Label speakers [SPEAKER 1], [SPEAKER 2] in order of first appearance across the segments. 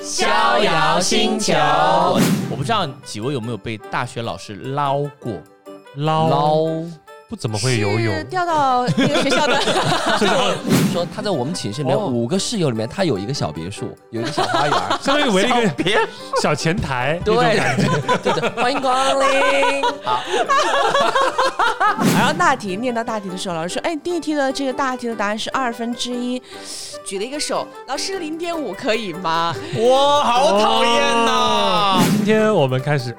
[SPEAKER 1] 逍遥星球
[SPEAKER 2] 我不知道几位有没有被大学老师捞过？
[SPEAKER 3] 捞不怎么会游
[SPEAKER 1] 是
[SPEAKER 3] 泳，。
[SPEAKER 1] 掉到那个学校的
[SPEAKER 4] 说他在我们寝室里面
[SPEAKER 2] 哦
[SPEAKER 4] 五个室友里面，他有一个小别墅，有一个小花园
[SPEAKER 3] 相当于围了一个
[SPEAKER 4] 别
[SPEAKER 3] 小前台那
[SPEAKER 4] 对
[SPEAKER 3] 种感觉。
[SPEAKER 4] 对对，欢迎光临。好，
[SPEAKER 1] 然后大题念到大题的时候，老师说：“哎，第一题的这个大题的答案是二分之一。”举了一个手，老师零点五可以吗？
[SPEAKER 2] 哇，好讨厌呐！
[SPEAKER 3] 哦今天我们开 始，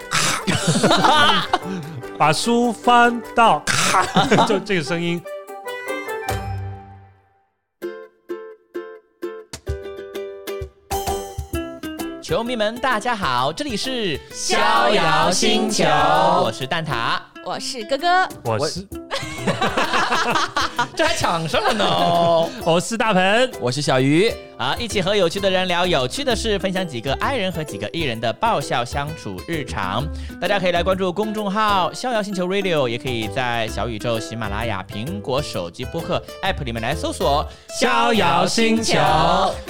[SPEAKER 3] 把书翻到， 就这个声音。
[SPEAKER 2] 球迷们，大家好，这里是
[SPEAKER 1] 逍遥星球
[SPEAKER 2] 我是蛋挞，
[SPEAKER 1] 我是哥哥，
[SPEAKER 3] 我是
[SPEAKER 2] 这还抢上了呢！
[SPEAKER 3] 我是大鹏，
[SPEAKER 4] 我是小鱼。
[SPEAKER 2] 啊，一起和有趣的人聊有趣的事，分享几个爱人和几个艺人的爆笑相处日常。大家可以来关注公众号“逍遥星球 Radio”，也可以在小宇宙、喜马拉雅、苹果手机播客 App 里面来搜索“逍遥星球”，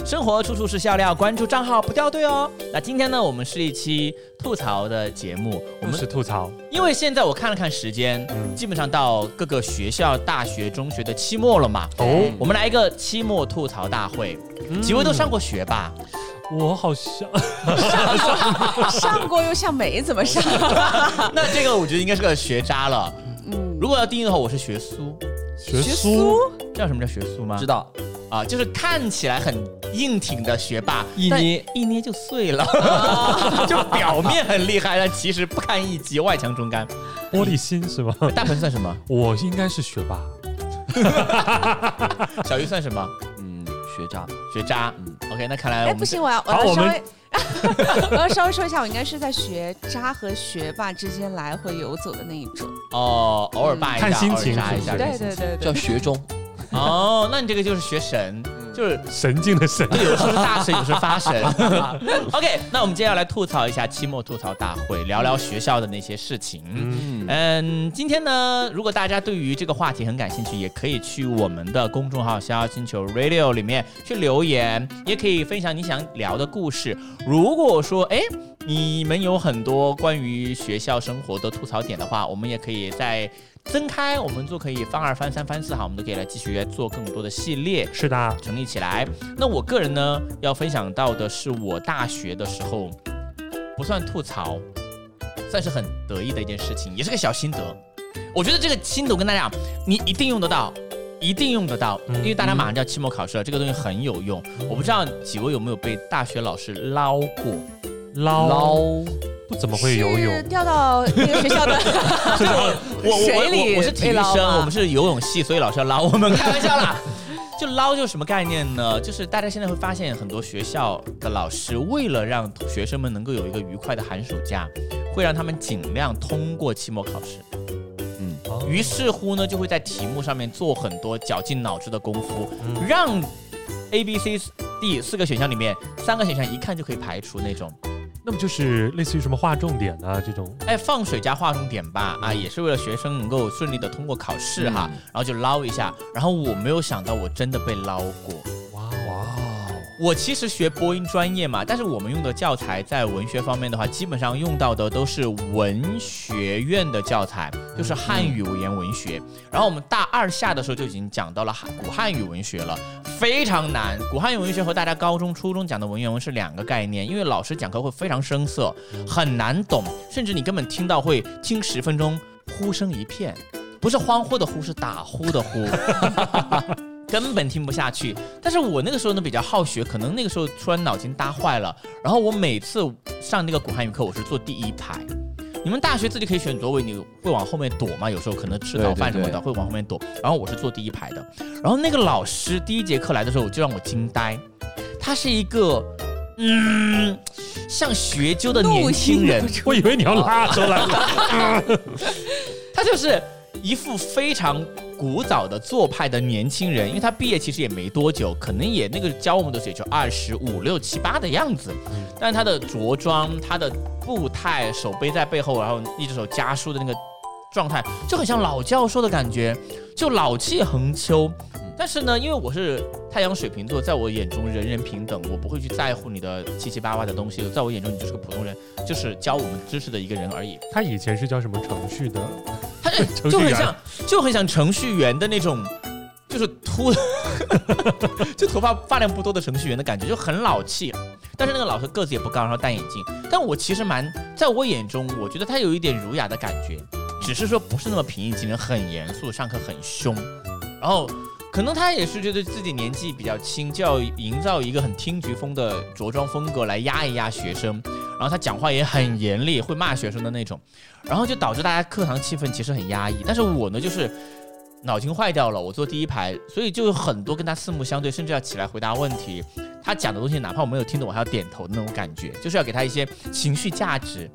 [SPEAKER 2] 生活处处是笑料，关注账号不掉队哦。那今天呢，我们是一期吐槽的节目，我
[SPEAKER 3] 我
[SPEAKER 2] 们
[SPEAKER 3] 们是吐槽，
[SPEAKER 2] 因为现在我看了看时间，
[SPEAKER 3] 嗯
[SPEAKER 2] 基本上到各个学校、大学、中学的期末了嘛。
[SPEAKER 3] 哦嗯
[SPEAKER 2] 我们来一个期末吐槽大会，几位都上过学吧？
[SPEAKER 3] 我好 像
[SPEAKER 1] 上过又像没怎么 上。
[SPEAKER 2] 那这个我觉得应该是个学渣了。
[SPEAKER 1] 嗯，
[SPEAKER 2] 如果要定义的话，我是学苏，
[SPEAKER 3] 学
[SPEAKER 1] 学
[SPEAKER 3] 书，
[SPEAKER 2] 知道什么叫学苏吗？
[SPEAKER 4] 知道
[SPEAKER 2] 啊，就是看起来很硬挺的学霸，
[SPEAKER 4] 一捏
[SPEAKER 2] 但一捏就碎 了，就表面很厉害，但其实不堪一击，外强中 干。
[SPEAKER 3] 玻璃心是吗？
[SPEAKER 2] 大鹏算什么？
[SPEAKER 3] 我应该是学霸，
[SPEAKER 2] 小鱼算什么？
[SPEAKER 4] 嗯，学渣。
[SPEAKER 2] 学渣。
[SPEAKER 4] 嗯
[SPEAKER 2] OK，那看来我
[SPEAKER 1] 哎，
[SPEAKER 2] 们
[SPEAKER 1] 不行，我要我
[SPEAKER 3] 好
[SPEAKER 1] 要
[SPEAKER 3] 我
[SPEAKER 1] 稍
[SPEAKER 3] 们
[SPEAKER 1] 微， 我要稍微说一下，我应该是在学渣和学霸之间来回游走的那一种。
[SPEAKER 2] 哦，偶尔霸一下，
[SPEAKER 3] 嗯看心情
[SPEAKER 2] 偶尔炸一
[SPEAKER 3] 是
[SPEAKER 2] 下。看
[SPEAKER 3] 不是
[SPEAKER 1] 对
[SPEAKER 2] 心
[SPEAKER 1] 对
[SPEAKER 2] 情
[SPEAKER 1] 对
[SPEAKER 4] 叫
[SPEAKER 1] 对，
[SPEAKER 4] 学中，
[SPEAKER 2] 哦，那你这个就是学神，就是
[SPEAKER 3] 神经的神。
[SPEAKER 2] 有时候是大神，有时候发神。OK，那我们接下来吐槽一下期末吐槽大会，聊聊学校的那些事情。
[SPEAKER 3] 嗯，
[SPEAKER 4] 嗯，
[SPEAKER 2] 嗯，今天呢，如果大家对于这个话题很感兴趣，也可以去我们的公众号“逍遥星球 Radio” 里面去留言，也可以分享你想聊的故事。如果说，哎，你们有很多关于学校生活的吐槽点的话，我们也可以在增开，我们做可以翻二、翻三、翻四哈，我们都可以来继续来做更多的系列。
[SPEAKER 3] 是的，
[SPEAKER 2] 成立起来。那我个人呢，要分享到的是我大学的时候，不算吐槽，算是很得意的一件事情，也是个小心得。我觉得这个心得，我跟大家讲，你一定用得到，一定用得到，
[SPEAKER 3] 嗯
[SPEAKER 2] 因为大家马上就要期末考试了，这个东西很有用。我不知道几位有没有被大学老师捞过？
[SPEAKER 3] 捞不怎么会游
[SPEAKER 1] 是
[SPEAKER 3] 泳，
[SPEAKER 1] 掉到那个学 校的
[SPEAKER 2] 我我
[SPEAKER 1] 水
[SPEAKER 2] 我
[SPEAKER 1] 里
[SPEAKER 2] 我我是体
[SPEAKER 1] 被
[SPEAKER 2] 育
[SPEAKER 1] 捞
[SPEAKER 2] 生，
[SPEAKER 1] 吗
[SPEAKER 2] 我们是游泳系，所以老师要捞我啊们，开玩笑啦。 就捞就什么概念呢？就是大家现在会发现，很多学校的老师为了让学生们能够有一个愉快的寒暑假，会让他们尽量通过期末考试。
[SPEAKER 4] 嗯，
[SPEAKER 3] 哦
[SPEAKER 2] 于是乎呢，就会在题目上面做很多绞尽脑汁的功夫，
[SPEAKER 3] 嗯
[SPEAKER 2] 让 A、B、C、D 四个选项里面三个选项一看就可以排除那种。
[SPEAKER 3] 那么就是类似于什么划重点啊这种。
[SPEAKER 2] 哎，放水加划重点吧，啊，也是为了学生能够顺利的通过考试哈，
[SPEAKER 4] 嗯
[SPEAKER 2] 然后就捞一下。然后我没有想到，我真的被捞过。
[SPEAKER 3] 哇哇，哦
[SPEAKER 2] 我其实学播音专业嘛，但是我们用的教材在文学方面的话，基本上用到的都是文学院的教材，就是汉语文言文学。然后我们大二下的时候就已经讲到了汉古汉语文学了，非常难。古汉语文学和大家高中、初中讲的文言文是两个概念，因为老师讲课会非常生涩，很难懂，甚至你根本听到会听十分钟，呼声一片，不是欢呼的呼，是打呼的呼。 根本听不下去。但是我那个时候呢比较好学，可能那个时候突然脑筋搭坏了，然后我每次上那个古汉语课，我是坐第一排。你们大学自己可以选座位，你会往后面躲吗？有时候可能吃早饭什么的
[SPEAKER 4] 对对对
[SPEAKER 2] 会往后面躲，然后我是坐第一排的。然后那个老师第一节课来的时候，就让我惊呆，他是一个嗯，像学究的年轻人，
[SPEAKER 3] 我以为你要拉出来。
[SPEAKER 2] 他就是一副非常古早的做派的年轻人，因为他毕业其实也没多久，可能也那个教我们的时候也就二十五六七八的样子，但是他的着装、他的步态、手背在背后，然后一只手夹书的那个状态，就很像老教授的感觉，就老气横秋。但是呢，因为我是太阳水瓶座，在我眼中人人平等，我不会去在乎你的七七八八的东西。在我眼中，你就是个普通人，就是教我们知识的一个人而已。
[SPEAKER 3] 他以前是叫什么程序的？
[SPEAKER 2] 他这
[SPEAKER 3] 程
[SPEAKER 2] 就
[SPEAKER 3] 序
[SPEAKER 2] 很
[SPEAKER 3] 员
[SPEAKER 2] 像，就很像程序员的那种，就是秃， 就头发发量不多的程序员的感觉，就很老气。但是那个老师个子也不高，然后戴眼镜。但我其实蛮，在我眼中，我觉得他有一点儒雅的感觉，只是说不是那么平易近人，很严肃，上课很凶。然后可能他也是觉得自己年纪比较轻，就要营造一个很听觉风的着装风格来压一压学生。然后他讲话也很严厉，会骂学生的那种。然后就导致大家课堂气氛其实很压抑。但是我呢，就是脑筋坏掉了，我坐第一排，所以就有很多跟他四目相对，甚至要起来回答问题。他讲的东西，哪怕我没有听懂，我还要点头的那种感觉，就是要给他一些情绪价值。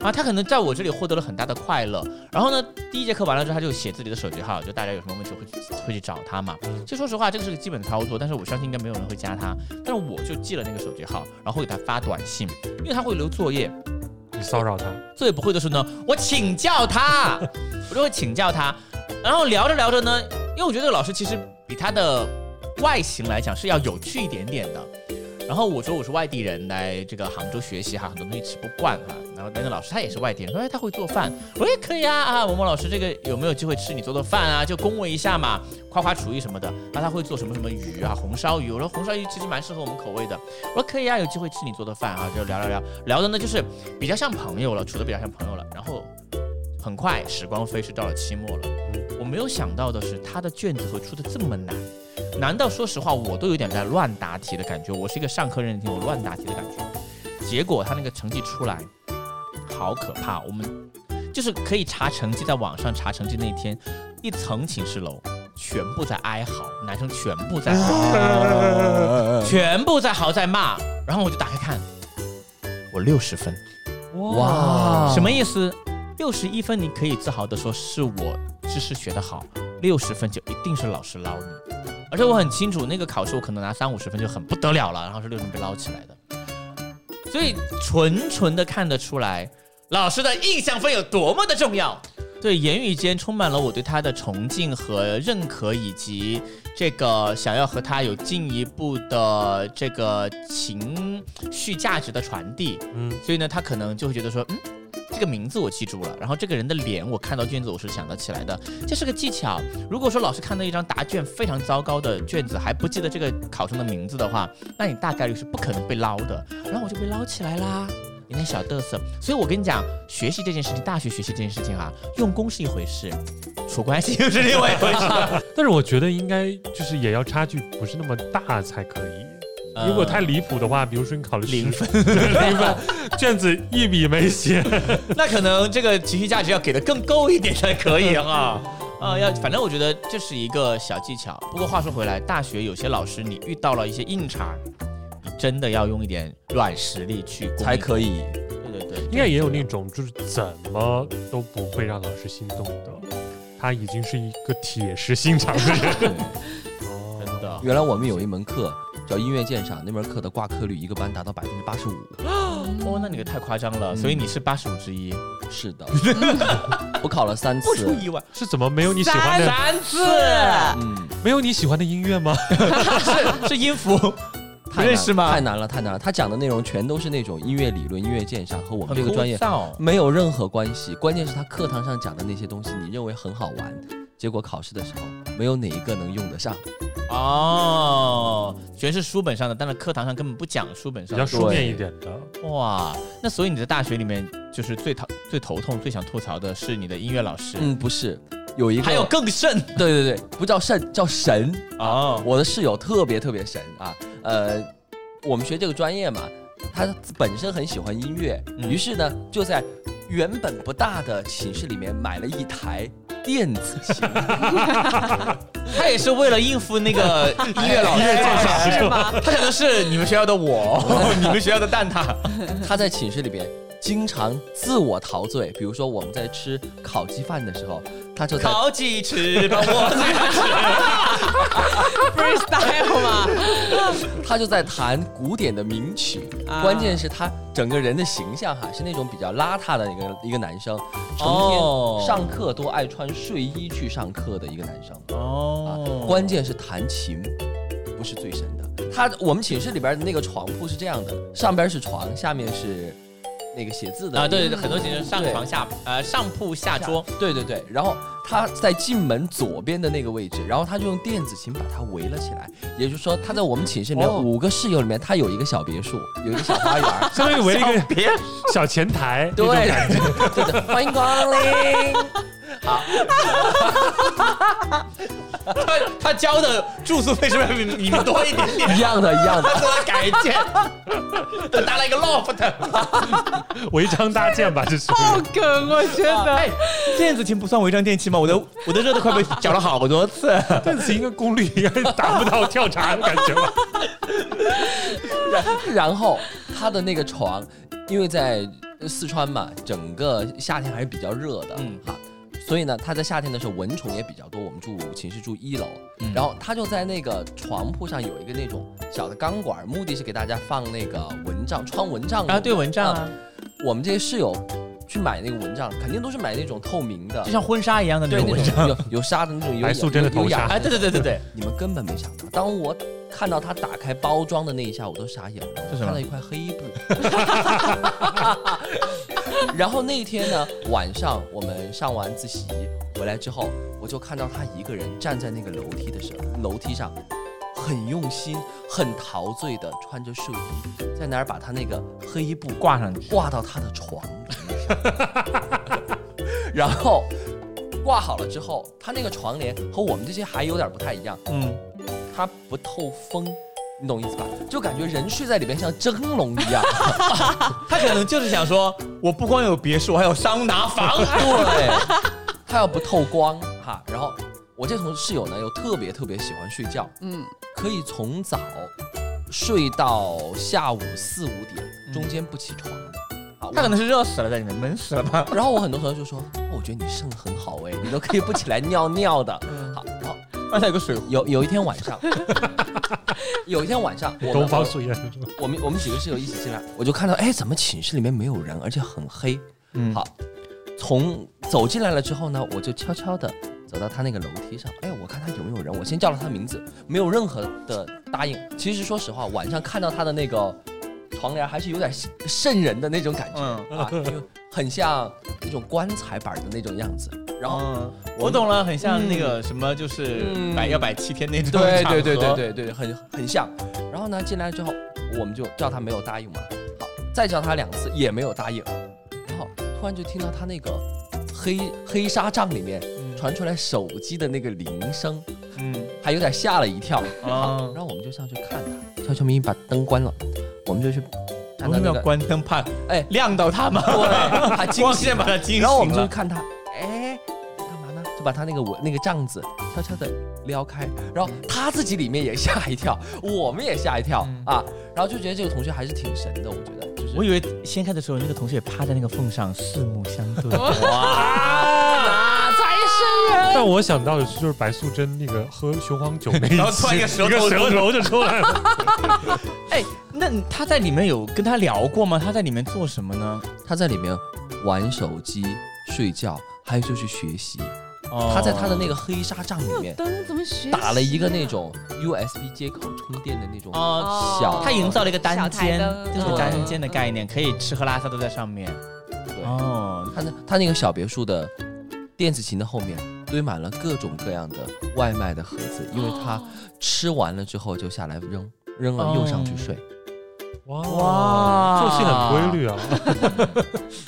[SPEAKER 2] 啊，他可能在我这里获得了很大的快乐。然后呢，第一节课完了之后，他就写自己的手机号，就大家有什么问题会去会去找他嘛。其实说实话，这个是个基本操作，但是我相信应该没有人会加他。但是我就记了那个手机号，然后给他发短信，因为他会留作业。
[SPEAKER 3] 你骚扰他，
[SPEAKER 2] 最不会的是呢，我请教他， 我就会请教他，然后聊着聊着呢，因为我觉得这个老师其实比他的外形来讲是要有趣一点点的。然后我说我是外地人来这个杭州学习哈，很多东西吃不惯哈。然后那个老师他也是外地人，说哎他会做饭，我说哎可以啊啊某某老师这个有没有机会吃你做的饭啊？就恭维一下嘛，夸夸厨艺什么的。然后他会做什么什么鱼啊，红烧鱼，我说红烧鱼其实蛮适合我们口味的。我说可以啊，有机会吃你做的饭啊，就聊聊聊聊的呢就是比较像朋友了，处的比较像朋友了。然后很快时光飞逝，到了期末了。我没有想到的是，他的卷子会出的这么难。难道说实话，我都有点在乱答题的感觉？我是一个上课认真听，我乱答题的感觉。结果他那个成绩出来，好可怕！我们就是可以查成绩，在网上查成绩那天，一层寝室楼全部在哀嚎，男生全部在嚎。
[SPEAKER 4] 嗯
[SPEAKER 2] 全部在嚎在骂，然后我就打开看，我六十分，
[SPEAKER 4] 哇
[SPEAKER 2] 什么意思？六十一分你可以自豪的说是我知识学得好，六十分就一定是老师捞你，而且我很清楚那个考试我可能拿三五十分就很不得了了，然后是六十分被捞起来的，所以纯纯的看得出来老师的印象分有多么的重要。对，言语间充满了我对他的崇敬和认可，以及这个想要和他有进一步的这个情绪价值的传递，
[SPEAKER 3] 嗯，
[SPEAKER 2] 所以呢，他可能就会觉得说，嗯，这个名字我记住了，然后这个人的脸我看到卷子我是想得起来的，这是个技巧。如果说老师看到一张答卷非常糟糕的卷子，还不记得这个考生的名字的话，那你大概率是不可能被捞的，然后我就被捞起来啦。有点小嘚瑟，所以我跟你讲，学习这件事情，大学学习这件事情啊，用功是一回事，处关系又是另外一回事。
[SPEAKER 3] 但是我觉得应该就是也要差距不是那么大才可以。
[SPEAKER 2] 呃
[SPEAKER 3] 如果太离谱的话，比如说你考了
[SPEAKER 2] 零
[SPEAKER 3] 分，零分，卷子一笔没写，
[SPEAKER 2] 那可能这个情绪价值要给的更够一点才可以 哈。啊，要反正我觉得这是一个小技巧。不过话说回来，大学有些老师你遇到了一些硬茬儿，你真的要用一点软实力去
[SPEAKER 4] 才可
[SPEAKER 2] 以。
[SPEAKER 4] 以。
[SPEAKER 2] 对对对，
[SPEAKER 3] 应该也有那种就是怎么都不会让老师心动的，他已经是一个铁石心肠的人。
[SPEAKER 2] 对
[SPEAKER 3] 哦
[SPEAKER 2] 真的。
[SPEAKER 4] 嗯原来我们有一门课叫音乐鉴赏，那门课的挂科率一个班达到百分之八十五。
[SPEAKER 2] 哦，那你可太夸张了，
[SPEAKER 4] 嗯
[SPEAKER 2] 所以你是八十五之一，
[SPEAKER 4] 是的，我考了三
[SPEAKER 2] 不出
[SPEAKER 4] 次。
[SPEAKER 2] 意外，
[SPEAKER 3] 是怎么没有你喜欢的
[SPEAKER 2] 三次
[SPEAKER 4] 嗯，
[SPEAKER 3] 没有你喜欢的音乐吗？
[SPEAKER 2] 是音符，
[SPEAKER 4] 太
[SPEAKER 2] 认
[SPEAKER 4] 难
[SPEAKER 2] 识吗
[SPEAKER 4] 太难了，太难了。他讲的内容全都是那种音乐理论、音乐鉴赏， 和我们这个专业
[SPEAKER 2] 很枯燥
[SPEAKER 4] 没有任何关系。关键是他课堂上讲的那些东西，你认为很好玩，结果考试的时候没有哪一个能用得上。
[SPEAKER 2] 哦，全是书本上的，但是课堂上根本不讲书本
[SPEAKER 3] 比
[SPEAKER 2] 上的
[SPEAKER 3] 较书面一点的，
[SPEAKER 2] 哇，那所以你在大学里面就是最头最头痛、最想吐槽的是你的音乐老师，
[SPEAKER 4] 嗯，不是，有一个
[SPEAKER 2] 还有更甚
[SPEAKER 4] 对对对，不叫肾叫神。
[SPEAKER 2] 哦。
[SPEAKER 4] 我的室友特别特别神啊，呃，我们学这个专业嘛，他本身很喜欢音乐，
[SPEAKER 2] 嗯
[SPEAKER 4] 于是呢就在原本不大的寝室里面买了一台电子琴，
[SPEAKER 2] 他也是为了应付那 个音乐老
[SPEAKER 3] 音乐鉴
[SPEAKER 2] 师，
[SPEAKER 3] 赏
[SPEAKER 1] 是吗？
[SPEAKER 2] 他可能是 你们学校的我，哦你们学校的蛋 挞。
[SPEAKER 4] 他在寝室里边。经常自我陶醉，比如说我们在吃烤鸡饭的时候，他就在
[SPEAKER 2] 烤鸡翅膀，我最爱吃。
[SPEAKER 1] freestyle 嘛，
[SPEAKER 4] 他就在弹古典的名曲，
[SPEAKER 2] 啊
[SPEAKER 4] 关键是他整个人的形象哈是那种比较邋遢的一个一个男生，成
[SPEAKER 2] 哦
[SPEAKER 4] 天上课都爱穿睡衣去上课的一个男生。
[SPEAKER 2] 哦
[SPEAKER 4] 啊，关键是弹琴不是最神的。他我们寝室里边的那个床铺是这样的，上边是床，下面是那个写字的
[SPEAKER 2] 啊，对对对，很多学生上
[SPEAKER 4] 对
[SPEAKER 2] 床下呃上铺下桌
[SPEAKER 4] 桌，对对对，然后他在进门左边的那个位置，然后他就用电子琴把它围了起来，也就是说他在我们寝室里面、
[SPEAKER 3] 哦。
[SPEAKER 4] 五个室友里面，他有一个小别墅，有一个小花园
[SPEAKER 3] 相当于围了一个小前台，
[SPEAKER 4] 对，对对，欢迎光临。
[SPEAKER 2] 他他交的住宿费是不是比你们多 一点点？
[SPEAKER 4] 一样的，一样的，
[SPEAKER 2] 他做了改 建，他搭了一个 loft。
[SPEAKER 3] 违章搭建吧，这是。
[SPEAKER 2] 哦
[SPEAKER 1] 好梗，我觉
[SPEAKER 4] 啊
[SPEAKER 1] 得。
[SPEAKER 2] 哎，电子琴不算违章电器吗？我的我的热都快被搅了好多次。
[SPEAKER 3] 电子琴的功率应该达不到跳闸的感觉吧？
[SPEAKER 4] 然后他的那个床，因为在四川嘛，整个夏天还是比较热的，
[SPEAKER 2] 嗯
[SPEAKER 4] 哈，所以呢，他在夏天的时候蚊虫也比较多。我们住寝室住一楼，
[SPEAKER 2] 嗯
[SPEAKER 4] 然后他就在那个床铺上有一个那种小的钢管，目的是给大家放那个蚊帐，穿蚊帐的
[SPEAKER 2] 啊，对，蚊帐啊，
[SPEAKER 4] 我们这些室友去买那个蚊帐，肯定都是买那种透明的
[SPEAKER 2] 就，像婚纱一样的那
[SPEAKER 4] 对，
[SPEAKER 2] 种
[SPEAKER 4] 那
[SPEAKER 2] 蚊
[SPEAKER 4] 种
[SPEAKER 2] 帐。
[SPEAKER 4] 有有纱的那种，有
[SPEAKER 3] 白
[SPEAKER 4] 眼
[SPEAKER 3] 素贞的
[SPEAKER 4] 有有
[SPEAKER 3] 头纱
[SPEAKER 4] 眼
[SPEAKER 2] 哎，对对对对对，
[SPEAKER 4] 你们根本没想到，当我看到他打开包装的那一下，我都傻眼了。
[SPEAKER 2] 是什么
[SPEAKER 4] 看到一块黑布。 然后那一天呢，晚上我们上完自习回来之后，我就看到他一个人站在那个楼梯的时候，楼梯上，很用心、很陶醉的穿着睡衣，在那儿把他那个黑布
[SPEAKER 2] 挂上 去。
[SPEAKER 4] 挂到他的床，然后挂好了之后，他那个床帘和我们这些还有点不太一样。
[SPEAKER 2] 嗯，
[SPEAKER 4] 它不透风，你懂意思吧？就感觉人睡在里面像蒸笼一样。
[SPEAKER 2] 他可能就是想说，我不光有别墅，我还有桑拿房。
[SPEAKER 4] 对，它要不透光哈。然后我这同室友呢，又特别特别喜欢睡觉，
[SPEAKER 1] 嗯，
[SPEAKER 4] 可以从早睡到下午四五点，中间不起床。啊，
[SPEAKER 2] 他可
[SPEAKER 4] 我
[SPEAKER 2] 能是热死了，在里面闷死了吧？
[SPEAKER 4] 然后我很多时候就说，哦我觉得你肾很好哎，你都可以不起来尿尿的。好，然后
[SPEAKER 2] 刚才有个水壶。
[SPEAKER 4] 有有一天晚上， 有一天晚上，我
[SPEAKER 3] 东
[SPEAKER 4] 们
[SPEAKER 3] 方素颜，
[SPEAKER 4] 我们我们几个室友一起进来，我就看到，哎，怎么寝室里面没有人，而且很黑。
[SPEAKER 2] 嗯
[SPEAKER 4] 好，从走进来了之后呢，我就悄悄的走到他那个楼梯上，哎，我看他有没有人，我先叫了他名字，没有任何的答应。其实说实话，晚上看到他的那个床帘还是有点瘆人的那种感觉、
[SPEAKER 2] 嗯
[SPEAKER 4] 啊，因为很像那种棺材板的那种样子。然后，
[SPEAKER 2] 嗯，我懂了，很像那个什么，就是
[SPEAKER 4] 嗯
[SPEAKER 2] 摆要摆七天那种
[SPEAKER 4] 对对对
[SPEAKER 2] 场
[SPEAKER 4] 对对
[SPEAKER 2] 合
[SPEAKER 4] 对，很很像。然后呢，进来之后，我们就叫他没有答应嘛，好，再叫他两次也没有答应，然后突然就听到他那个黑黑纱帐里面
[SPEAKER 2] 嗯
[SPEAKER 4] 传出来手机的那个铃声，
[SPEAKER 2] 嗯
[SPEAKER 4] 还有点吓了一跳。
[SPEAKER 2] 啊
[SPEAKER 4] 然，后我们就上去看他，悄悄咪咪把灯关了，我们就去看
[SPEAKER 2] 不
[SPEAKER 4] 他
[SPEAKER 2] 是
[SPEAKER 4] 那
[SPEAKER 2] 要
[SPEAKER 4] 个，
[SPEAKER 2] 关灯怕
[SPEAKER 4] 哎
[SPEAKER 2] 亮到他吗？
[SPEAKER 4] 对，他惊
[SPEAKER 2] 光
[SPEAKER 4] 醒
[SPEAKER 2] 线把
[SPEAKER 4] 了。
[SPEAKER 2] 他惊醒了。
[SPEAKER 4] 然后我们就去看他，哎，你干嘛呢？就把他那个我那个帐子悄悄的撩开，然后他自己里面也吓一跳，我们也吓一跳、
[SPEAKER 2] 嗯
[SPEAKER 4] 啊，然后就觉得这个同学还是挺神的，我觉得就是
[SPEAKER 2] 我以为掀开的时候，那个同学也趴在那个缝上，四目相对。啊
[SPEAKER 4] 哪才是人？
[SPEAKER 3] 但我想到的就是白素贞那个喝雄黄酒那一 期，
[SPEAKER 2] 然后突然一
[SPEAKER 3] 一
[SPEAKER 2] 个
[SPEAKER 3] 个
[SPEAKER 2] 舌头
[SPEAKER 3] 舌头就出来了。
[SPEAKER 2] 哎，那你他在里面有跟他聊过吗？他在里面做什么呢？
[SPEAKER 4] 他在里面玩手机、睡觉，还有就是学习。
[SPEAKER 2] 哦
[SPEAKER 4] 他在他的那个黑纱帐里面
[SPEAKER 1] 灯怎么学？
[SPEAKER 4] 打了一个那种 USB 接口充电的那种
[SPEAKER 2] 哦。
[SPEAKER 4] 小，
[SPEAKER 2] 他营造了一个单
[SPEAKER 1] 小台
[SPEAKER 2] 间，
[SPEAKER 1] 灯
[SPEAKER 2] 就是
[SPEAKER 4] 嗯
[SPEAKER 2] 单间的概念，可以吃喝拉撒都在上面。
[SPEAKER 4] 对
[SPEAKER 2] 哦，
[SPEAKER 4] 他那他那个小别墅的电子琴的后面堆满了各种各样的外卖的盒子，因为他吃完了之后就下来扔，扔了又上去睡。
[SPEAKER 3] 哇
[SPEAKER 2] 哇
[SPEAKER 3] 作息很规律啊！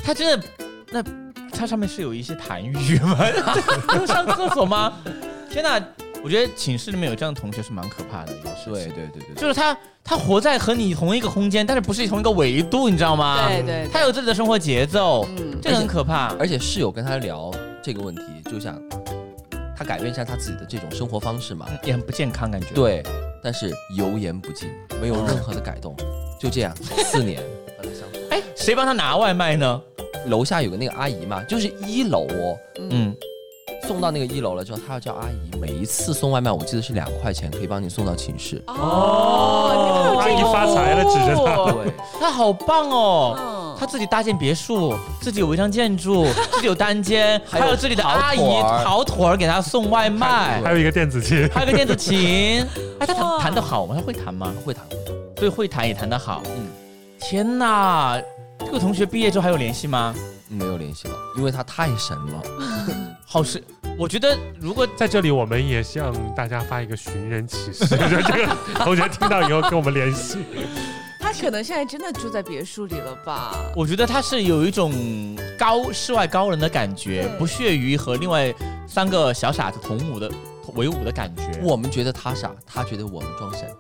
[SPEAKER 2] 他真的，那他上面是有一些痰盂吗？ 有上厕所吗？天哪，我觉得寝室里面有这样的同学是蛮可怕的一个事
[SPEAKER 4] 对
[SPEAKER 2] 情。
[SPEAKER 4] 对对对对，
[SPEAKER 2] 就是他，他活在和你同一个空间，但是不是同一个维度，你知道吗？
[SPEAKER 1] 对对对
[SPEAKER 2] 哦他有自己的生活节奏，
[SPEAKER 1] 嗯，
[SPEAKER 2] 这个很可怕。
[SPEAKER 4] 而且室友跟他聊这个问题，就想他改变一下他自己的这种生活方式嘛。
[SPEAKER 2] 嗯也很不健康，感觉。
[SPEAKER 4] 对，但是油盐不进，没有任何的改动，就这样四年 和他相处。
[SPEAKER 2] 哎，谁帮他拿外卖呢？
[SPEAKER 4] 楼下有个那个阿姨嘛，就是一楼哦，
[SPEAKER 2] 嗯，
[SPEAKER 4] 送到那个一楼了之后，他要
[SPEAKER 2] 嗯
[SPEAKER 4] 叫阿姨。每一次送外卖，我记得是两块钱，可以帮你送到寝室。
[SPEAKER 1] 哦，你们有
[SPEAKER 3] 万一发财了指着他，
[SPEAKER 1] 哦
[SPEAKER 4] 对，
[SPEAKER 2] 他好棒哦！
[SPEAKER 1] 嗯
[SPEAKER 2] 他自己搭建别墅，自己有违章建筑，自己有单间，
[SPEAKER 4] 还有
[SPEAKER 2] 还有自己的阿姨
[SPEAKER 4] 跑腿儿
[SPEAKER 2] 跑腿儿给他送外卖
[SPEAKER 4] 对，
[SPEAKER 3] 还有一个电子琴，
[SPEAKER 2] 还有个电子琴。哎，他弹
[SPEAKER 1] 哇
[SPEAKER 2] 弹得好吗？他会弹吗？
[SPEAKER 4] 会弹。
[SPEAKER 2] 所以会弹也弹得好。
[SPEAKER 4] 嗯，
[SPEAKER 2] 天哪！这个同学毕业之后还有联系吗？
[SPEAKER 4] 没有联系了，因为他太神了。
[SPEAKER 2] 好是，我觉得如果
[SPEAKER 3] 在这里，我们也向大家发一个寻人启 事，就是这个同学听到以后跟我们联系。
[SPEAKER 1] 他可能现在真的住在别墅里了吧？
[SPEAKER 2] 我觉得他是有一种高世外高人的感觉
[SPEAKER 1] 对，
[SPEAKER 2] 不屑于和另外三个小傻子同舞的同为伍的感觉。
[SPEAKER 4] 我们觉得他傻，他觉得我们装神。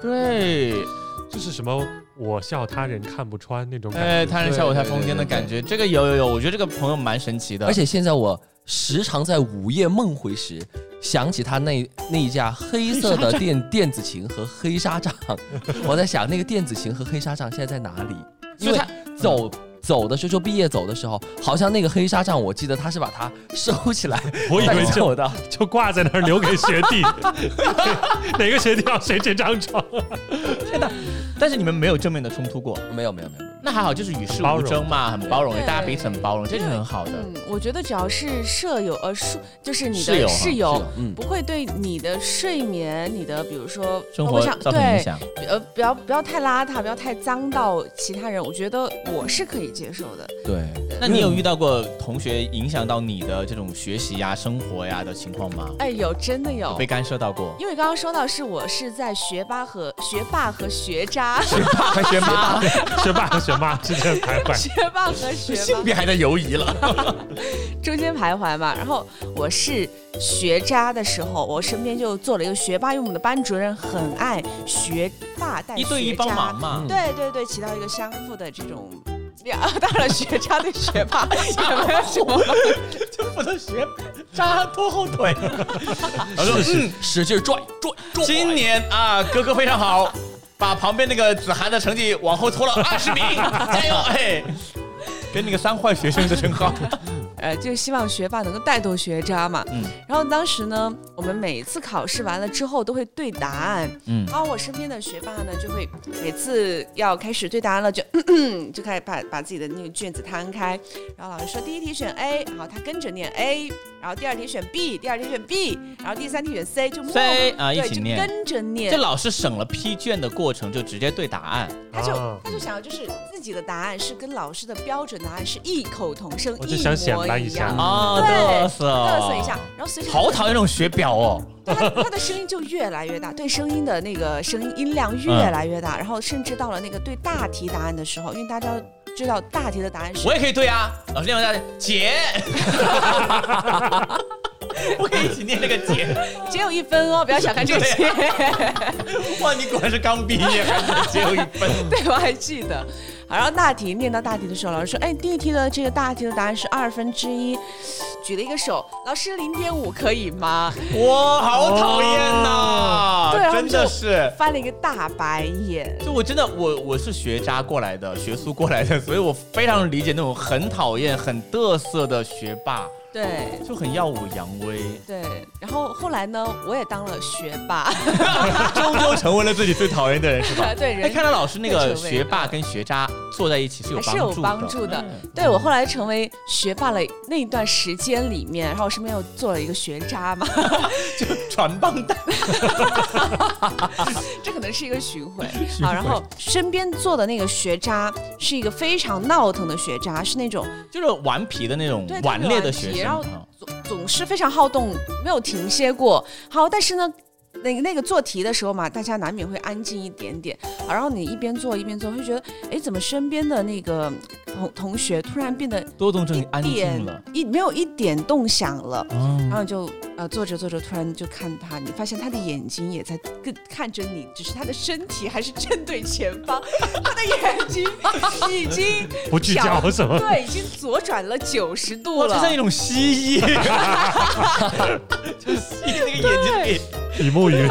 [SPEAKER 2] 对，
[SPEAKER 3] 这是什么？我笑他人看不穿那种
[SPEAKER 2] 哎，
[SPEAKER 3] 感觉。
[SPEAKER 2] 他人笑我太疯癫的感觉，这个有有有，我觉得这个朋友蛮神奇的。
[SPEAKER 4] 而且现在我时常在午夜梦回时，想起他那那一架黑色的电电子琴和黑纱帐， 我在想那个电子琴和黑纱帐现在在哪里？因
[SPEAKER 2] 所以
[SPEAKER 4] 为
[SPEAKER 2] 他嗯
[SPEAKER 4] 走。走的时候，就毕业走的时候，好像那个黑纱帐，我记得他是把它收起来
[SPEAKER 3] 我以
[SPEAKER 4] 带
[SPEAKER 3] 为就
[SPEAKER 4] 走的。
[SPEAKER 3] 就挂在那儿留给学 弟，哪个学弟要谁这张床？
[SPEAKER 2] 但是你们没有正面的冲突过，
[SPEAKER 4] 没有没有没有，没有
[SPEAKER 2] 那还好，就是与世
[SPEAKER 3] 包
[SPEAKER 2] 无
[SPEAKER 3] 容
[SPEAKER 2] 争嘛，很包容，
[SPEAKER 1] 对
[SPEAKER 2] 大家彼此很包容，这是很好的。
[SPEAKER 1] 嗯，我觉得只要是舍友，呃，宿就是你
[SPEAKER 2] 室友
[SPEAKER 1] 的
[SPEAKER 2] 哈
[SPEAKER 1] 室
[SPEAKER 4] 是
[SPEAKER 1] 友
[SPEAKER 4] 的，嗯，
[SPEAKER 1] 不会对你的睡眠、你的比如说
[SPEAKER 2] 生
[SPEAKER 1] 包括
[SPEAKER 2] 活
[SPEAKER 1] 像
[SPEAKER 2] 造成影
[SPEAKER 1] 对，
[SPEAKER 2] 响，
[SPEAKER 1] 呃，不要不要太邋遢，不要太脏到其他人，我觉得我是可以接受的。
[SPEAKER 4] 对，
[SPEAKER 2] 那你有遇到过同学影响到你的这种学习呀、生活呀的情况吗？
[SPEAKER 1] 哎，有真的有
[SPEAKER 2] 有被，干涉到过？
[SPEAKER 1] 因为刚刚说到是我是在学霸和学霸和学渣，
[SPEAKER 2] 还学妈，
[SPEAKER 3] 学霸和学妈之间徘徊，
[SPEAKER 1] 学霸和学
[SPEAKER 2] 性
[SPEAKER 1] 霸
[SPEAKER 2] 别还在犹疑了。
[SPEAKER 1] 中间徘徊嘛。然后我是学渣的时候，我身边就做了一个学霸，因为我们的班主任很爱学霸带
[SPEAKER 2] 一对一
[SPEAKER 1] 学
[SPEAKER 2] 帮
[SPEAKER 1] 渣
[SPEAKER 2] 忙嘛
[SPEAKER 4] 嗯，
[SPEAKER 1] 对对对，起到一个相互的这种。啊， 当然学渣对学 霸也没有什么
[SPEAKER 2] 就不能学渣拖后 腿。嗯
[SPEAKER 4] 是是，使劲拽拽拽。
[SPEAKER 2] 今年啊，哥哥非常好，把旁边那个子涵的成绩往后拖了二十名，加 油！哎，跟那个三坏学生的称号，
[SPEAKER 1] 呃，就希望学霸能够带动学渣嘛。
[SPEAKER 2] 嗯
[SPEAKER 1] 然后当时呢，我们每一次考试完了之后都会对答案，
[SPEAKER 2] 嗯
[SPEAKER 1] 然后我身边的学霸呢就会每次要开始对答案了，就 就开始把把自己的那个卷子摊开，然后老师说第一题选 A，然后他跟着念 A，然后第二题选 B，第二题选 B，然后第三题选 C，就默
[SPEAKER 2] C，啊
[SPEAKER 1] 对
[SPEAKER 2] 一起
[SPEAKER 1] 就
[SPEAKER 2] 念
[SPEAKER 1] 跟着念
[SPEAKER 2] 这，老师省了批卷的过程，就直接对答案。
[SPEAKER 1] 他就、
[SPEAKER 3] 啊
[SPEAKER 1] 他就想要就是自己的答案是跟老师的标准答案是异口同声，
[SPEAKER 3] 我就
[SPEAKER 1] 一
[SPEAKER 3] 想显
[SPEAKER 1] 模
[SPEAKER 3] 摆
[SPEAKER 1] 一
[SPEAKER 3] 一下
[SPEAKER 1] 样。
[SPEAKER 2] 哦，
[SPEAKER 1] 嗯对
[SPEAKER 2] 嘚瑟，
[SPEAKER 1] 嘚瑟一下，然后随着他
[SPEAKER 2] 好讨厌这种学表哦。
[SPEAKER 1] 对他他的声音就越来越大，对声音的那个声音音量越
[SPEAKER 2] 嗯
[SPEAKER 1] 来越大，然后甚至到了那个对大题答案的时候，因为大家知道大题的答案是
[SPEAKER 2] 我也可以对啊，老师念完大家 姐，我可以一起念这个姐。
[SPEAKER 1] 只有一分哦，不要小看这些，
[SPEAKER 2] 啊哇，你果然是刚毕业，还只有一分。
[SPEAKER 1] 对我还记得。好然后大题念到大题的时候，老师说：“哎，第一题的这个大题的答案是二分之一。”举了一个手，老师零点五可以吗？
[SPEAKER 2] 哇，好讨厌呐、
[SPEAKER 1] 哦对然后
[SPEAKER 2] 真的。
[SPEAKER 1] 就是翻了一个大白眼。
[SPEAKER 2] 就我真的我我是学渣过来的，学苏过来的，所以我非常理解那种很讨厌、很嘚瑟的学霸，
[SPEAKER 1] 对
[SPEAKER 2] 就很耀武扬 威，
[SPEAKER 1] 对，然后后来呢，我也当了学霸，
[SPEAKER 2] 终究成为了自己最讨厌的人，是吧？
[SPEAKER 1] 对
[SPEAKER 2] 哎，
[SPEAKER 1] 人
[SPEAKER 2] 看来老师那个
[SPEAKER 1] 人成为
[SPEAKER 2] 学霸跟学渣坐在一起是有
[SPEAKER 1] 还
[SPEAKER 2] 帮
[SPEAKER 1] 是
[SPEAKER 2] 助
[SPEAKER 1] 有
[SPEAKER 2] 的，
[SPEAKER 1] 帮助的。
[SPEAKER 2] 嗯
[SPEAKER 1] 对我后来成为学霸了那一段时间里面，然后我身边又做了一个学渣嘛，
[SPEAKER 2] 就传帮带。
[SPEAKER 1] 这可能是一个巡回。好，然后身边做的那个学渣是一个非常闹腾的学渣，是那种
[SPEAKER 2] 就是顽皮的那种
[SPEAKER 1] 对特别
[SPEAKER 2] 顽劣的学
[SPEAKER 1] 顽皮
[SPEAKER 2] 生
[SPEAKER 1] 然后
[SPEAKER 2] 啊。
[SPEAKER 1] 总总是非常好动，没有停歇过。好，但是呢。那个那个做题的时候嘛，大家难免会安静一点点，啊然后你一边做一边做，会觉得，哎，怎么身边的那个同同学突然变得
[SPEAKER 2] 多动症
[SPEAKER 1] 一
[SPEAKER 2] 安静了
[SPEAKER 1] 点。一没有一点动响了，然
[SPEAKER 2] 哦
[SPEAKER 1] 后你就呃坐着坐着，突然就看他，你发现他的眼睛也在跟看着你，只是他的身体还是正对前方，他的眼 睛已经
[SPEAKER 3] 不聚焦什么？
[SPEAKER 1] 对已经左转了九十度
[SPEAKER 2] 哇，就像
[SPEAKER 1] 了
[SPEAKER 2] 一。种 蜥蜴， 就蜥蜴那个眼睛里。
[SPEAKER 3] 比目鱼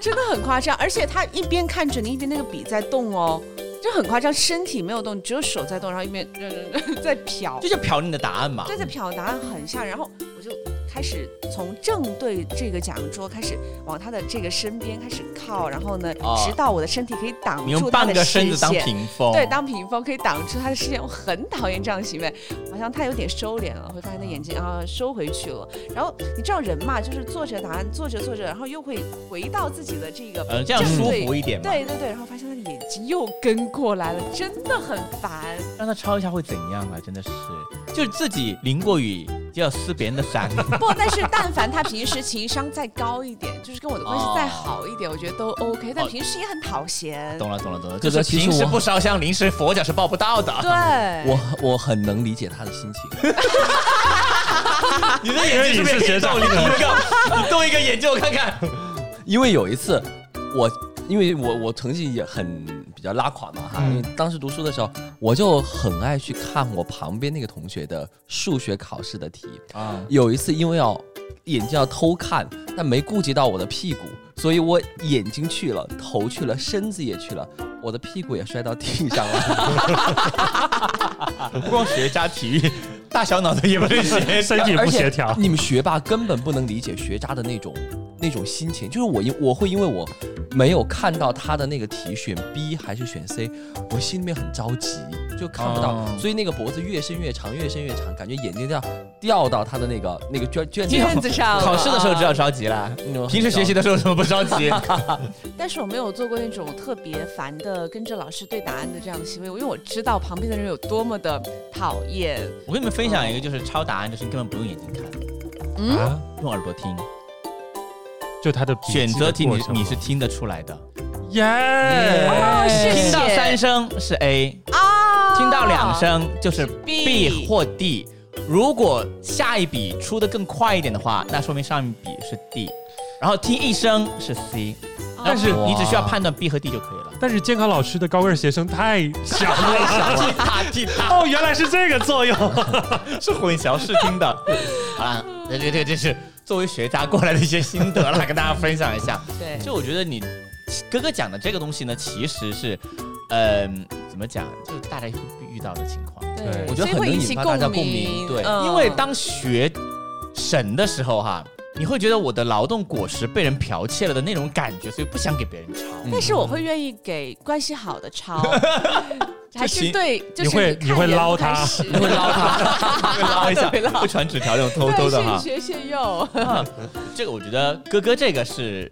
[SPEAKER 1] 真的很夸张，而且他一边看着你，一边那个笔在动哦，就很夸张，身体没有动，只有手在动，然后一边呃 在瞟
[SPEAKER 2] 就，是瞟你的答案嘛
[SPEAKER 1] 对，。在瞟答案很像，然后我就开始从正对这个讲桌开始往他的这个身边开始靠，然后呢，
[SPEAKER 2] 哦
[SPEAKER 1] 直到我的身体可以挡
[SPEAKER 2] 你
[SPEAKER 1] 住
[SPEAKER 2] 用
[SPEAKER 1] 他
[SPEAKER 2] 半
[SPEAKER 1] 的
[SPEAKER 2] 个
[SPEAKER 1] 视
[SPEAKER 2] 身
[SPEAKER 1] 线。
[SPEAKER 2] 子当屏风，
[SPEAKER 1] 对，当屏风可以挡住他的视线，我很讨厌这样的行为，好像他有点收敛了，会发现他眼睛啊收回去了。然后你知道人嘛，就是坐着答案，坐着坐着，然后又会回到自己的这个，
[SPEAKER 2] 呃，这样
[SPEAKER 1] 正
[SPEAKER 2] 舒
[SPEAKER 1] 对
[SPEAKER 2] 服一点嘛。
[SPEAKER 1] 对对对，然后发现他的眼睛又跟过来了，真的很烦。
[SPEAKER 2] 让他抄一下会怎样啊？真的是，就是自己淋过雨就要撕别人的 伞，
[SPEAKER 1] 不，但是但凡他平时情商再高一点，就是跟我的关系再好一点，我觉得都 OK。但
[SPEAKER 2] 哦
[SPEAKER 1] 平时也很讨嫌，
[SPEAKER 2] 懂了懂了懂了，
[SPEAKER 4] 这
[SPEAKER 2] 就
[SPEAKER 4] 个
[SPEAKER 2] 是
[SPEAKER 4] 其实
[SPEAKER 2] 平时
[SPEAKER 4] 我
[SPEAKER 2] 不烧香，临时佛脚是抱不到 的。
[SPEAKER 1] 对，
[SPEAKER 4] 我我很能理解他的心情，
[SPEAKER 2] 你的眼睛是不是也可以动？你动一个，你动一个眼睛，我看看。
[SPEAKER 4] 因为有一次我。因为我我成绩也很比较拉垮嘛哈，
[SPEAKER 2] 嗯
[SPEAKER 4] 因为当时读书的时候，我就很爱去看我旁边那个同学的数学考试的题。
[SPEAKER 2] 啊，
[SPEAKER 4] 有一次因为要眼睛要偷看，但没顾及到我的屁股，所以我眼睛去了，头去了，身子也去了，我的屁股也摔到地上了。
[SPEAKER 2] 啊不光学渣体育，大小脑袋也不是学
[SPEAKER 3] 身体
[SPEAKER 4] 而
[SPEAKER 3] 不
[SPEAKER 4] 且
[SPEAKER 3] 协调，
[SPEAKER 4] 你们学霸根本不能理解学渣的那种那种心情，就是我因我会因为我没有看到他的那个题选 B 还是选 C，我心里面很着急，就看不到，
[SPEAKER 2] 哦
[SPEAKER 4] 所以那个脖子越伸越长，越伸越长，感觉眼睛都要掉到他的那个那个卷卷子
[SPEAKER 1] 卷子 上
[SPEAKER 2] 考试的时候
[SPEAKER 1] 啊
[SPEAKER 2] 知道着急 啦，
[SPEAKER 4] 上。
[SPEAKER 2] 平时学习的时候怎么不着 急？
[SPEAKER 1] 但是我没有做过那种特别烦的跟着老师对答案的这样的行为，因为我知道旁边的人有多么的讨厌。
[SPEAKER 2] 我跟你们分享一个，就是抄答案，就是你根本不用眼睛看，
[SPEAKER 1] 嗯，
[SPEAKER 3] 啊，
[SPEAKER 2] 用耳朵听。
[SPEAKER 3] 就他的笔记
[SPEAKER 2] 选择
[SPEAKER 3] 的
[SPEAKER 2] 题
[SPEAKER 3] 过
[SPEAKER 2] 你
[SPEAKER 3] 程
[SPEAKER 2] 你
[SPEAKER 3] 嘛
[SPEAKER 2] 是听得出来的，
[SPEAKER 3] 耶
[SPEAKER 1] 哦，谢谢。
[SPEAKER 2] 听到三声是 A，
[SPEAKER 1] 啊，
[SPEAKER 2] 听到两声就是
[SPEAKER 1] ，B
[SPEAKER 2] B 或 D。如果下一笔出的更快一点的话，那说明上一笔是 D，然后听一声是 C，
[SPEAKER 1] 哦，
[SPEAKER 2] 但是你只需要
[SPEAKER 4] 哇
[SPEAKER 2] 判断 B 和 D 就可以 了。
[SPEAKER 3] 但是监考老师的高跟鞋声太响了，
[SPEAKER 2] 踢踏踢踏，
[SPEAKER 3] 哦，原来是这个作用。
[SPEAKER 2] 是混淆视听的。 好啦，这这这这是作为学渣过来的一些心得啦，跟大家分享一下。
[SPEAKER 1] 对，
[SPEAKER 2] 就我觉得你哥哥讲的这个东西呢，其实是，嗯、怎么讲，就是大家会遇到的情况。
[SPEAKER 3] 对
[SPEAKER 4] 我觉得
[SPEAKER 1] 所以
[SPEAKER 4] 很
[SPEAKER 1] 会
[SPEAKER 4] 能
[SPEAKER 1] 引
[SPEAKER 4] 引
[SPEAKER 1] 起
[SPEAKER 4] 发大家共
[SPEAKER 1] 鸣，
[SPEAKER 4] 鸣对
[SPEAKER 1] 嗯
[SPEAKER 2] 因为当学神的时候哈、你会觉得我的劳动果实被人剽窃了的那种感觉，所以不想给别人抄。
[SPEAKER 4] 嗯
[SPEAKER 1] 但是我会愿意给关系好的抄，还是
[SPEAKER 2] 行
[SPEAKER 1] 对，就
[SPEAKER 3] 你
[SPEAKER 1] 是
[SPEAKER 3] 会
[SPEAKER 1] 看
[SPEAKER 3] 你会
[SPEAKER 1] 人
[SPEAKER 3] 捞
[SPEAKER 1] 不看
[SPEAKER 3] 他
[SPEAKER 1] 时
[SPEAKER 4] 你会捞他。
[SPEAKER 2] 会捞一下，
[SPEAKER 1] 会捞
[SPEAKER 2] 会传纸条那种偷
[SPEAKER 1] 对
[SPEAKER 2] 偷的哈
[SPEAKER 1] 现。学现用。
[SPEAKER 2] 啊，这个我觉得哥哥这个是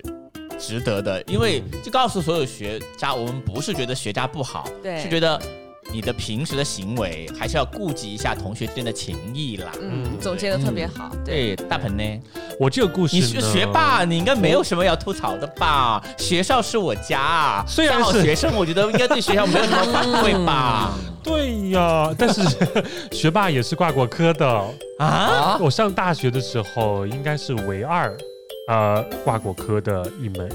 [SPEAKER 2] 值得的，因为就告诉所有学渣，我们不是觉得学渣不好，
[SPEAKER 1] 对
[SPEAKER 2] 是觉得你的平时的行为还是要顾及一下同学之间的情谊啦。
[SPEAKER 1] 嗯，
[SPEAKER 3] 嗯
[SPEAKER 1] 总结的特别好。对，
[SPEAKER 2] 对，大鹏呢？
[SPEAKER 3] 我这个故事
[SPEAKER 2] 你
[SPEAKER 3] 呢，
[SPEAKER 2] 是学霸，你应该没有什么要吐槽的吧？学校是我家，啊
[SPEAKER 3] 虽然
[SPEAKER 2] 当好
[SPEAKER 3] 是
[SPEAKER 2] 学生，我觉得应该对学校没有什么反馈 吧？
[SPEAKER 3] 对呀，但是学霸也是挂过科的。
[SPEAKER 2] 啊，
[SPEAKER 4] 啊，
[SPEAKER 3] 我上大学的时候应该是唯二，呃，挂过科的一门。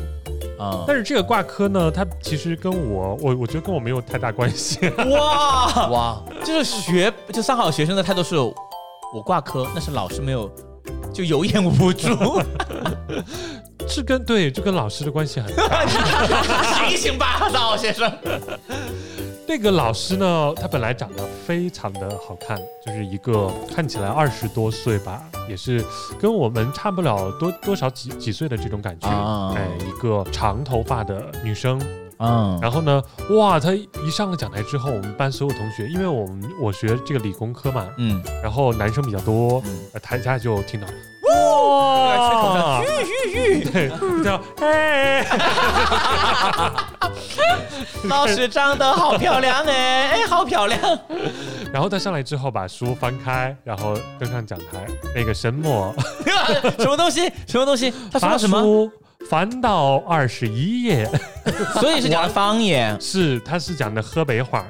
[SPEAKER 2] 嗯，
[SPEAKER 3] 但是这个挂科呢，它其实跟我，我我觉得跟我没有太大关系。
[SPEAKER 2] 哇，
[SPEAKER 4] 哇，
[SPEAKER 2] 就是学就三好学生的态度是，我挂科，那是老师没有，就有眼无 珠。
[SPEAKER 3] 这跟对，这跟老师的关系很
[SPEAKER 2] 醒醒吧，大好学生。
[SPEAKER 3] 那个老师呢，他本来长得非常的好看，就是一个看起来二十多岁吧，也是跟我们差不了多多少几几岁的这种感觉。
[SPEAKER 2] 啊
[SPEAKER 3] 哎，一个长头发的女生，
[SPEAKER 2] 嗯，
[SPEAKER 3] 然后呢，哇，她一上了讲台之后，我们班所有同学，因为我们我学这个理工科嘛，
[SPEAKER 2] 嗯，
[SPEAKER 3] 然后男生比较多，
[SPEAKER 2] 嗯
[SPEAKER 3] 呃，他一下就听到，
[SPEAKER 2] 哇
[SPEAKER 3] 哇， 对，听到，哎，
[SPEAKER 2] 老师长得好漂亮哎，哎，好漂亮。
[SPEAKER 3] 然后他上来之后把书翻开，然后登上讲台，那个神魔
[SPEAKER 2] 什么东西？什么东西？他说
[SPEAKER 3] 发
[SPEAKER 2] 了什么？
[SPEAKER 3] 书翻到二十一页，
[SPEAKER 2] 所以是讲的方言，
[SPEAKER 3] 是，他是讲的河北话，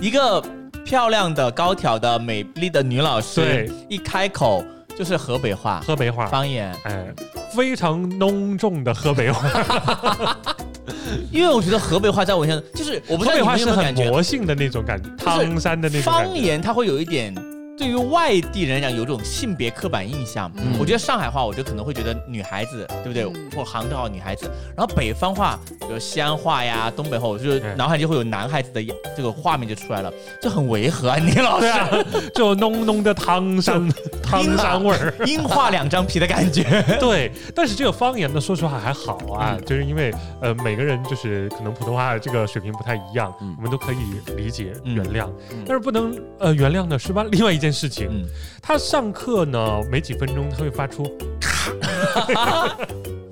[SPEAKER 2] 一个漂亮的、高挑的、美丽的女老师
[SPEAKER 3] 对，
[SPEAKER 2] 一开口就是河北话、
[SPEAKER 3] 河北话，
[SPEAKER 2] 方言。
[SPEAKER 3] 哎，非常浓重的河北话，
[SPEAKER 2] 因为我觉得河北话在我印象， 就是我不知
[SPEAKER 3] 河
[SPEAKER 2] 道
[SPEAKER 3] 北
[SPEAKER 2] 你
[SPEAKER 3] 话
[SPEAKER 2] 们有
[SPEAKER 3] 是
[SPEAKER 2] 没有
[SPEAKER 3] 很
[SPEAKER 2] 感觉，
[SPEAKER 3] 魔性的那种感觉，
[SPEAKER 2] 是
[SPEAKER 3] 汤山的那种感
[SPEAKER 2] 方
[SPEAKER 3] 觉，
[SPEAKER 2] 言它会有一点对于外地人来讲有种性别刻板印象。
[SPEAKER 4] 嗯
[SPEAKER 2] 我觉得上海话，我就可能会觉得女孩子，对不对？
[SPEAKER 1] 嗯
[SPEAKER 2] 或者杭州话女孩子，然后北方话，比如西安话呀、东北话，我就是
[SPEAKER 3] 嗯
[SPEAKER 2] 脑海就会有男孩子的这个画面就出来了，这很违和啊！你 老
[SPEAKER 3] 对
[SPEAKER 2] 是
[SPEAKER 3] 啊，就浓浓的汤山汤山味儿。
[SPEAKER 2] 硬画两张皮的感觉。
[SPEAKER 3] 对，但是这个方言呢，说实话还好啊，
[SPEAKER 2] 嗯
[SPEAKER 3] 就是因为呃，每个人就是可能普通话这个水平不太一样，
[SPEAKER 4] 嗯
[SPEAKER 3] 我们都可以理解
[SPEAKER 2] 嗯
[SPEAKER 3] 原谅，
[SPEAKER 4] 嗯
[SPEAKER 3] 但是不能呃原谅的是吧？另外一件事情，
[SPEAKER 2] 嗯，
[SPEAKER 3] 他上课呢没几分钟，他会发出，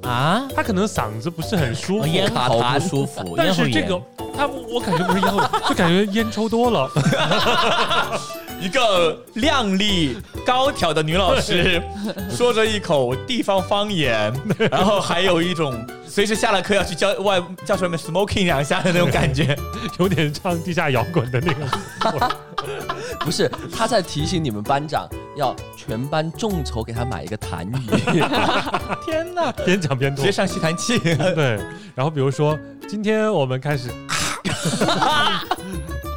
[SPEAKER 2] 啊，
[SPEAKER 3] 他可能嗓子不是很舒服，
[SPEAKER 2] 咽
[SPEAKER 4] 卡
[SPEAKER 2] 喉
[SPEAKER 4] 痰
[SPEAKER 2] 不舒 服，
[SPEAKER 3] 但
[SPEAKER 2] 咽喉
[SPEAKER 3] 是这
[SPEAKER 2] 炎
[SPEAKER 3] 个。他我感觉不是咽喉， 就感觉烟抽多了。
[SPEAKER 2] 一个靓丽高挑的女老 师，说着一口地方方言，然后还有一种随时下了课要去教外教室外面 smoking 两下的那种感觉。
[SPEAKER 3] 有点唱地下摇滚的那个。
[SPEAKER 4] 不是，他在提醒你们班长要全班众筹给他买一个痰盂。
[SPEAKER 2] 天哪，
[SPEAKER 3] 边讲边
[SPEAKER 2] 直
[SPEAKER 3] 多
[SPEAKER 2] 接。上吸痰器。
[SPEAKER 3] 对，然后比如说，今天我们开始，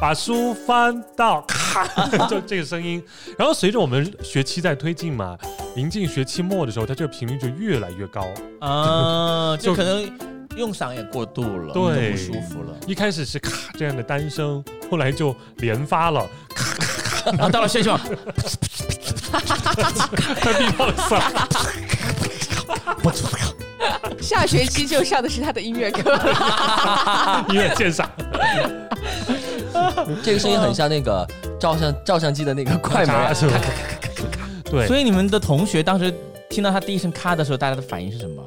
[SPEAKER 3] 把书翻到， 就这个声音。然后随着我们学期在推进嘛，临近学期末的时候，它这个频率就越来越高。
[SPEAKER 2] 啊，就
[SPEAKER 3] 就
[SPEAKER 2] 可能 用嗓也过度了，
[SPEAKER 3] 对
[SPEAKER 2] 不舒服了。
[SPEAKER 3] 一开始是咔这样的单声，后来就连发了，
[SPEAKER 2] 然啊后到了学校，
[SPEAKER 3] 他必爆嗓。
[SPEAKER 1] 下学期就上的是他的音乐课，
[SPEAKER 3] 音乐鉴赏，
[SPEAKER 4] 这个声音很像那个照相照相机的那 个快门啊，
[SPEAKER 3] 是吧？对，
[SPEAKER 2] 所以你们的同学当时听到他第一声咔的时候，大家的反应是什么？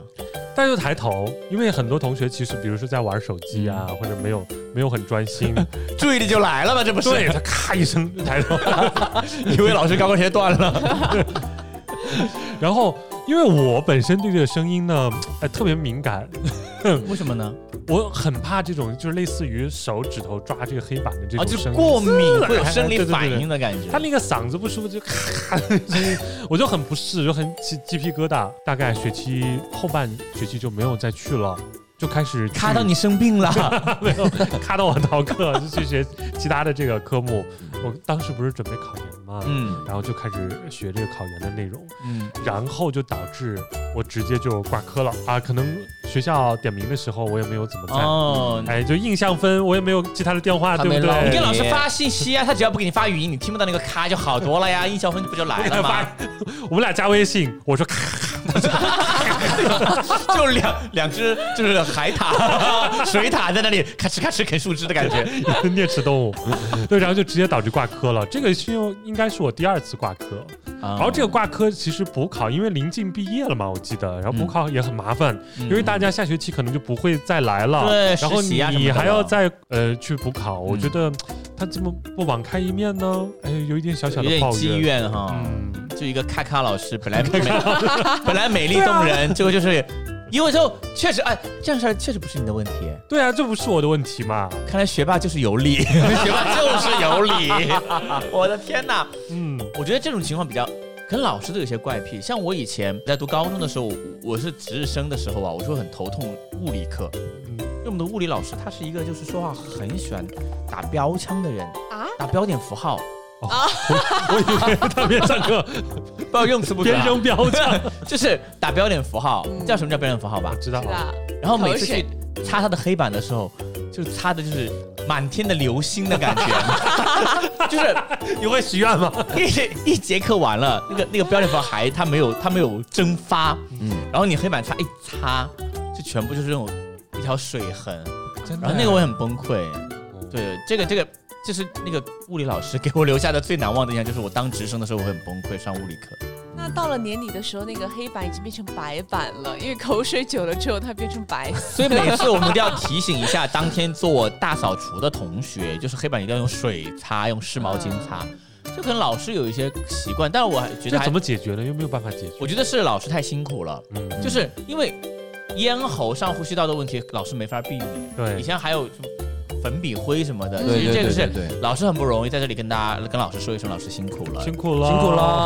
[SPEAKER 3] 大家就抬头，因为很多同学其实，比如说在玩手机啊，或者没有没有很专心，
[SPEAKER 2] 注意力就来了吧？这不
[SPEAKER 3] 对
[SPEAKER 2] 是
[SPEAKER 3] 他咔一声就抬头，
[SPEAKER 2] 以为老师高跟鞋断了？
[SPEAKER 3] 然后，因为我本身对这个声音呢，哎，特别敏感，
[SPEAKER 2] 为什么呢？
[SPEAKER 3] 我很怕这种就是类似于手指头抓这个黑板的这
[SPEAKER 2] 啊，
[SPEAKER 3] 种
[SPEAKER 2] 就
[SPEAKER 3] 声音。
[SPEAKER 2] 过 敏会有生
[SPEAKER 3] 哎
[SPEAKER 2] 理
[SPEAKER 3] 对对对
[SPEAKER 2] 反应的感觉。
[SPEAKER 3] 他那个嗓子不舒服就咔声音，我就很不适，就很起鸡皮疙瘩。大概学期后半学期就没有再去了，就开始去
[SPEAKER 2] 卡到你生病了，
[SPEAKER 3] 没有卡到我逃课，就去学其他的这个科目。我当时不是准备考研嘛，
[SPEAKER 2] 嗯
[SPEAKER 3] 然后就开始学这个考研的内容。
[SPEAKER 2] 嗯，
[SPEAKER 3] 然后就导致我直接就挂科了啊！可能学校点名的时候我也没有怎么在，
[SPEAKER 2] 哦，
[SPEAKER 3] 哎，就印象分我也没有记他的电话，
[SPEAKER 4] 他
[SPEAKER 3] 对不
[SPEAKER 4] 没捞
[SPEAKER 2] 你给
[SPEAKER 3] 对？
[SPEAKER 2] 老师发信息啊，他只要不给你发语音，你听不到那个咔就好多了呀，印象分不就来了 吗？
[SPEAKER 3] 我们俩加微信，我说 咔
[SPEAKER 2] 就两两只就是海獭、水獭在那里咔哧咔哧啃树枝的感 觉。
[SPEAKER 3] 啮齿动物， 对，然后就直接导致挂科了。这个是因为应该是我第二次挂科，
[SPEAKER 2] 然
[SPEAKER 3] 然后这个挂科其实补考，因为临近毕业了嘛，我记得，然后补
[SPEAKER 2] 嗯
[SPEAKER 3] 考也很麻烦，因为大家下学期可能就不会再来了，
[SPEAKER 2] 对
[SPEAKER 3] 然后
[SPEAKER 2] 实习啊什么
[SPEAKER 3] 你
[SPEAKER 2] 的
[SPEAKER 3] 还要
[SPEAKER 2] 了
[SPEAKER 3] 再呃去补考，我
[SPEAKER 2] 嗯
[SPEAKER 3] 觉得他这么不网开一面呢，哎，有一点小小
[SPEAKER 2] 有
[SPEAKER 3] 的
[SPEAKER 2] 点
[SPEAKER 3] 抱
[SPEAKER 2] 积
[SPEAKER 3] 怨。
[SPEAKER 2] 怨哈，
[SPEAKER 3] 嗯，
[SPEAKER 2] 就一个咔 咔啊老师，本来美本来美丽动 人，结果就是。因为就确实，哎，这样事儿确实不是你的问题。
[SPEAKER 3] 对啊，这不是我的问题嘛。
[SPEAKER 2] 看来学霸就是有理， 学霸就是有理。 我的天哪！
[SPEAKER 3] 嗯，
[SPEAKER 2] 我觉得这种情况比较，可能老师都有些怪癖。像我以前在读高中的时候，我我是值日生的时候啊，我就很头痛物理课，
[SPEAKER 3] 嗯
[SPEAKER 2] 因为我们的物理老师他是一个就是说话很喜欢打标枪的人
[SPEAKER 1] 啊，
[SPEAKER 2] 打标点符号，
[SPEAKER 3] 我以为他边上课
[SPEAKER 2] 不知道用 词不准、
[SPEAKER 3] 边
[SPEAKER 2] 啊，
[SPEAKER 3] 扔 标签，
[SPEAKER 2] 就是打标点符号，
[SPEAKER 1] 嗯
[SPEAKER 2] 叫什么叫标点符号吧
[SPEAKER 3] 我？知道
[SPEAKER 1] 是啊 吧？
[SPEAKER 2] 然后每次
[SPEAKER 1] 口水
[SPEAKER 2] 去擦他的黑板的时候，就擦的就是满天的流星的感觉， 就是
[SPEAKER 3] 你会许愿吗？
[SPEAKER 2] 一一节课完了，那个那个标点符号还它没有它没有蒸发，
[SPEAKER 4] 嗯，
[SPEAKER 2] 然后你黑板擦一擦，就全部就是那种一条水痕，
[SPEAKER 3] 真的
[SPEAKER 2] 然后那个我也很崩溃。
[SPEAKER 3] 哦
[SPEAKER 2] 对，这个这个就是那个物理老师给我留下的最难忘的印象，就是我当直升的时候我会很崩溃，上物理课。
[SPEAKER 1] 那到了年底的时候，那个黑板已经变成白板了，因为口水久了之后它变成白色。
[SPEAKER 2] 所以每次我们都要提醒一下当天做大扫除的同学，就是黑板一定要用水擦，用湿毛巾擦。就可能老师有一些习惯，但我还觉
[SPEAKER 3] 啊这
[SPEAKER 2] 得还
[SPEAKER 3] 怎么解决呢？又没有办法解决。
[SPEAKER 2] 我觉得是老师太辛苦了，
[SPEAKER 3] 嗯，
[SPEAKER 2] 就是因为咽喉上呼吸道的问题，老师没法避免。以
[SPEAKER 3] 对，
[SPEAKER 2] 前还有就粉笔灰什么的。
[SPEAKER 4] 对
[SPEAKER 2] 其实
[SPEAKER 4] 对
[SPEAKER 2] 这
[SPEAKER 4] 对
[SPEAKER 2] 个是
[SPEAKER 4] 对对，
[SPEAKER 2] 老师很不容易，在这里跟大家跟老师说一声，老师辛苦了。
[SPEAKER 3] 辛苦了，
[SPEAKER 4] 辛苦了
[SPEAKER 2] 对，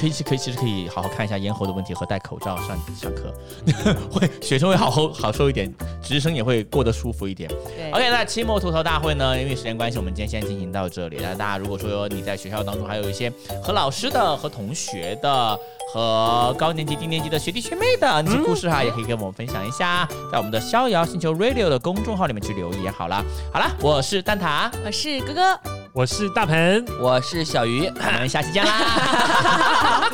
[SPEAKER 2] 可以可以，其实可以好好看一下咽喉的问题和戴口罩上上课， 会学生会好好好受一点，值日生也会过得舒服一点。
[SPEAKER 1] 对
[SPEAKER 2] OK，那期末吐槽大会呢？因为时间关系，我们今天先进行到这里。那大家如果说你在学校当中还有一些和老师的、和同学的、和高年级、低年级的学弟学妹的那些故事哈，也可以跟我们分享一下，在我们的逍遥星球 Radio 的公众号里面去留言好了。好了，我是蛋 挞，
[SPEAKER 1] 我呃是哥哥，
[SPEAKER 3] 我是大盆，
[SPEAKER 2] 啊
[SPEAKER 4] 我是小鱼，
[SPEAKER 2] 我们下期见啦！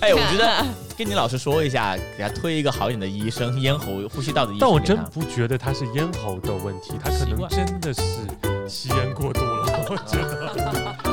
[SPEAKER 2] 哎，我觉 得跟你老师说一下，给他推一个好一点的医生，咽喉呼吸道的医生给他。
[SPEAKER 3] 但我真不觉得他是咽喉的问题，他可
[SPEAKER 2] 习
[SPEAKER 3] 能
[SPEAKER 2] 惯
[SPEAKER 3] 真的是吸烟过度了，我觉得。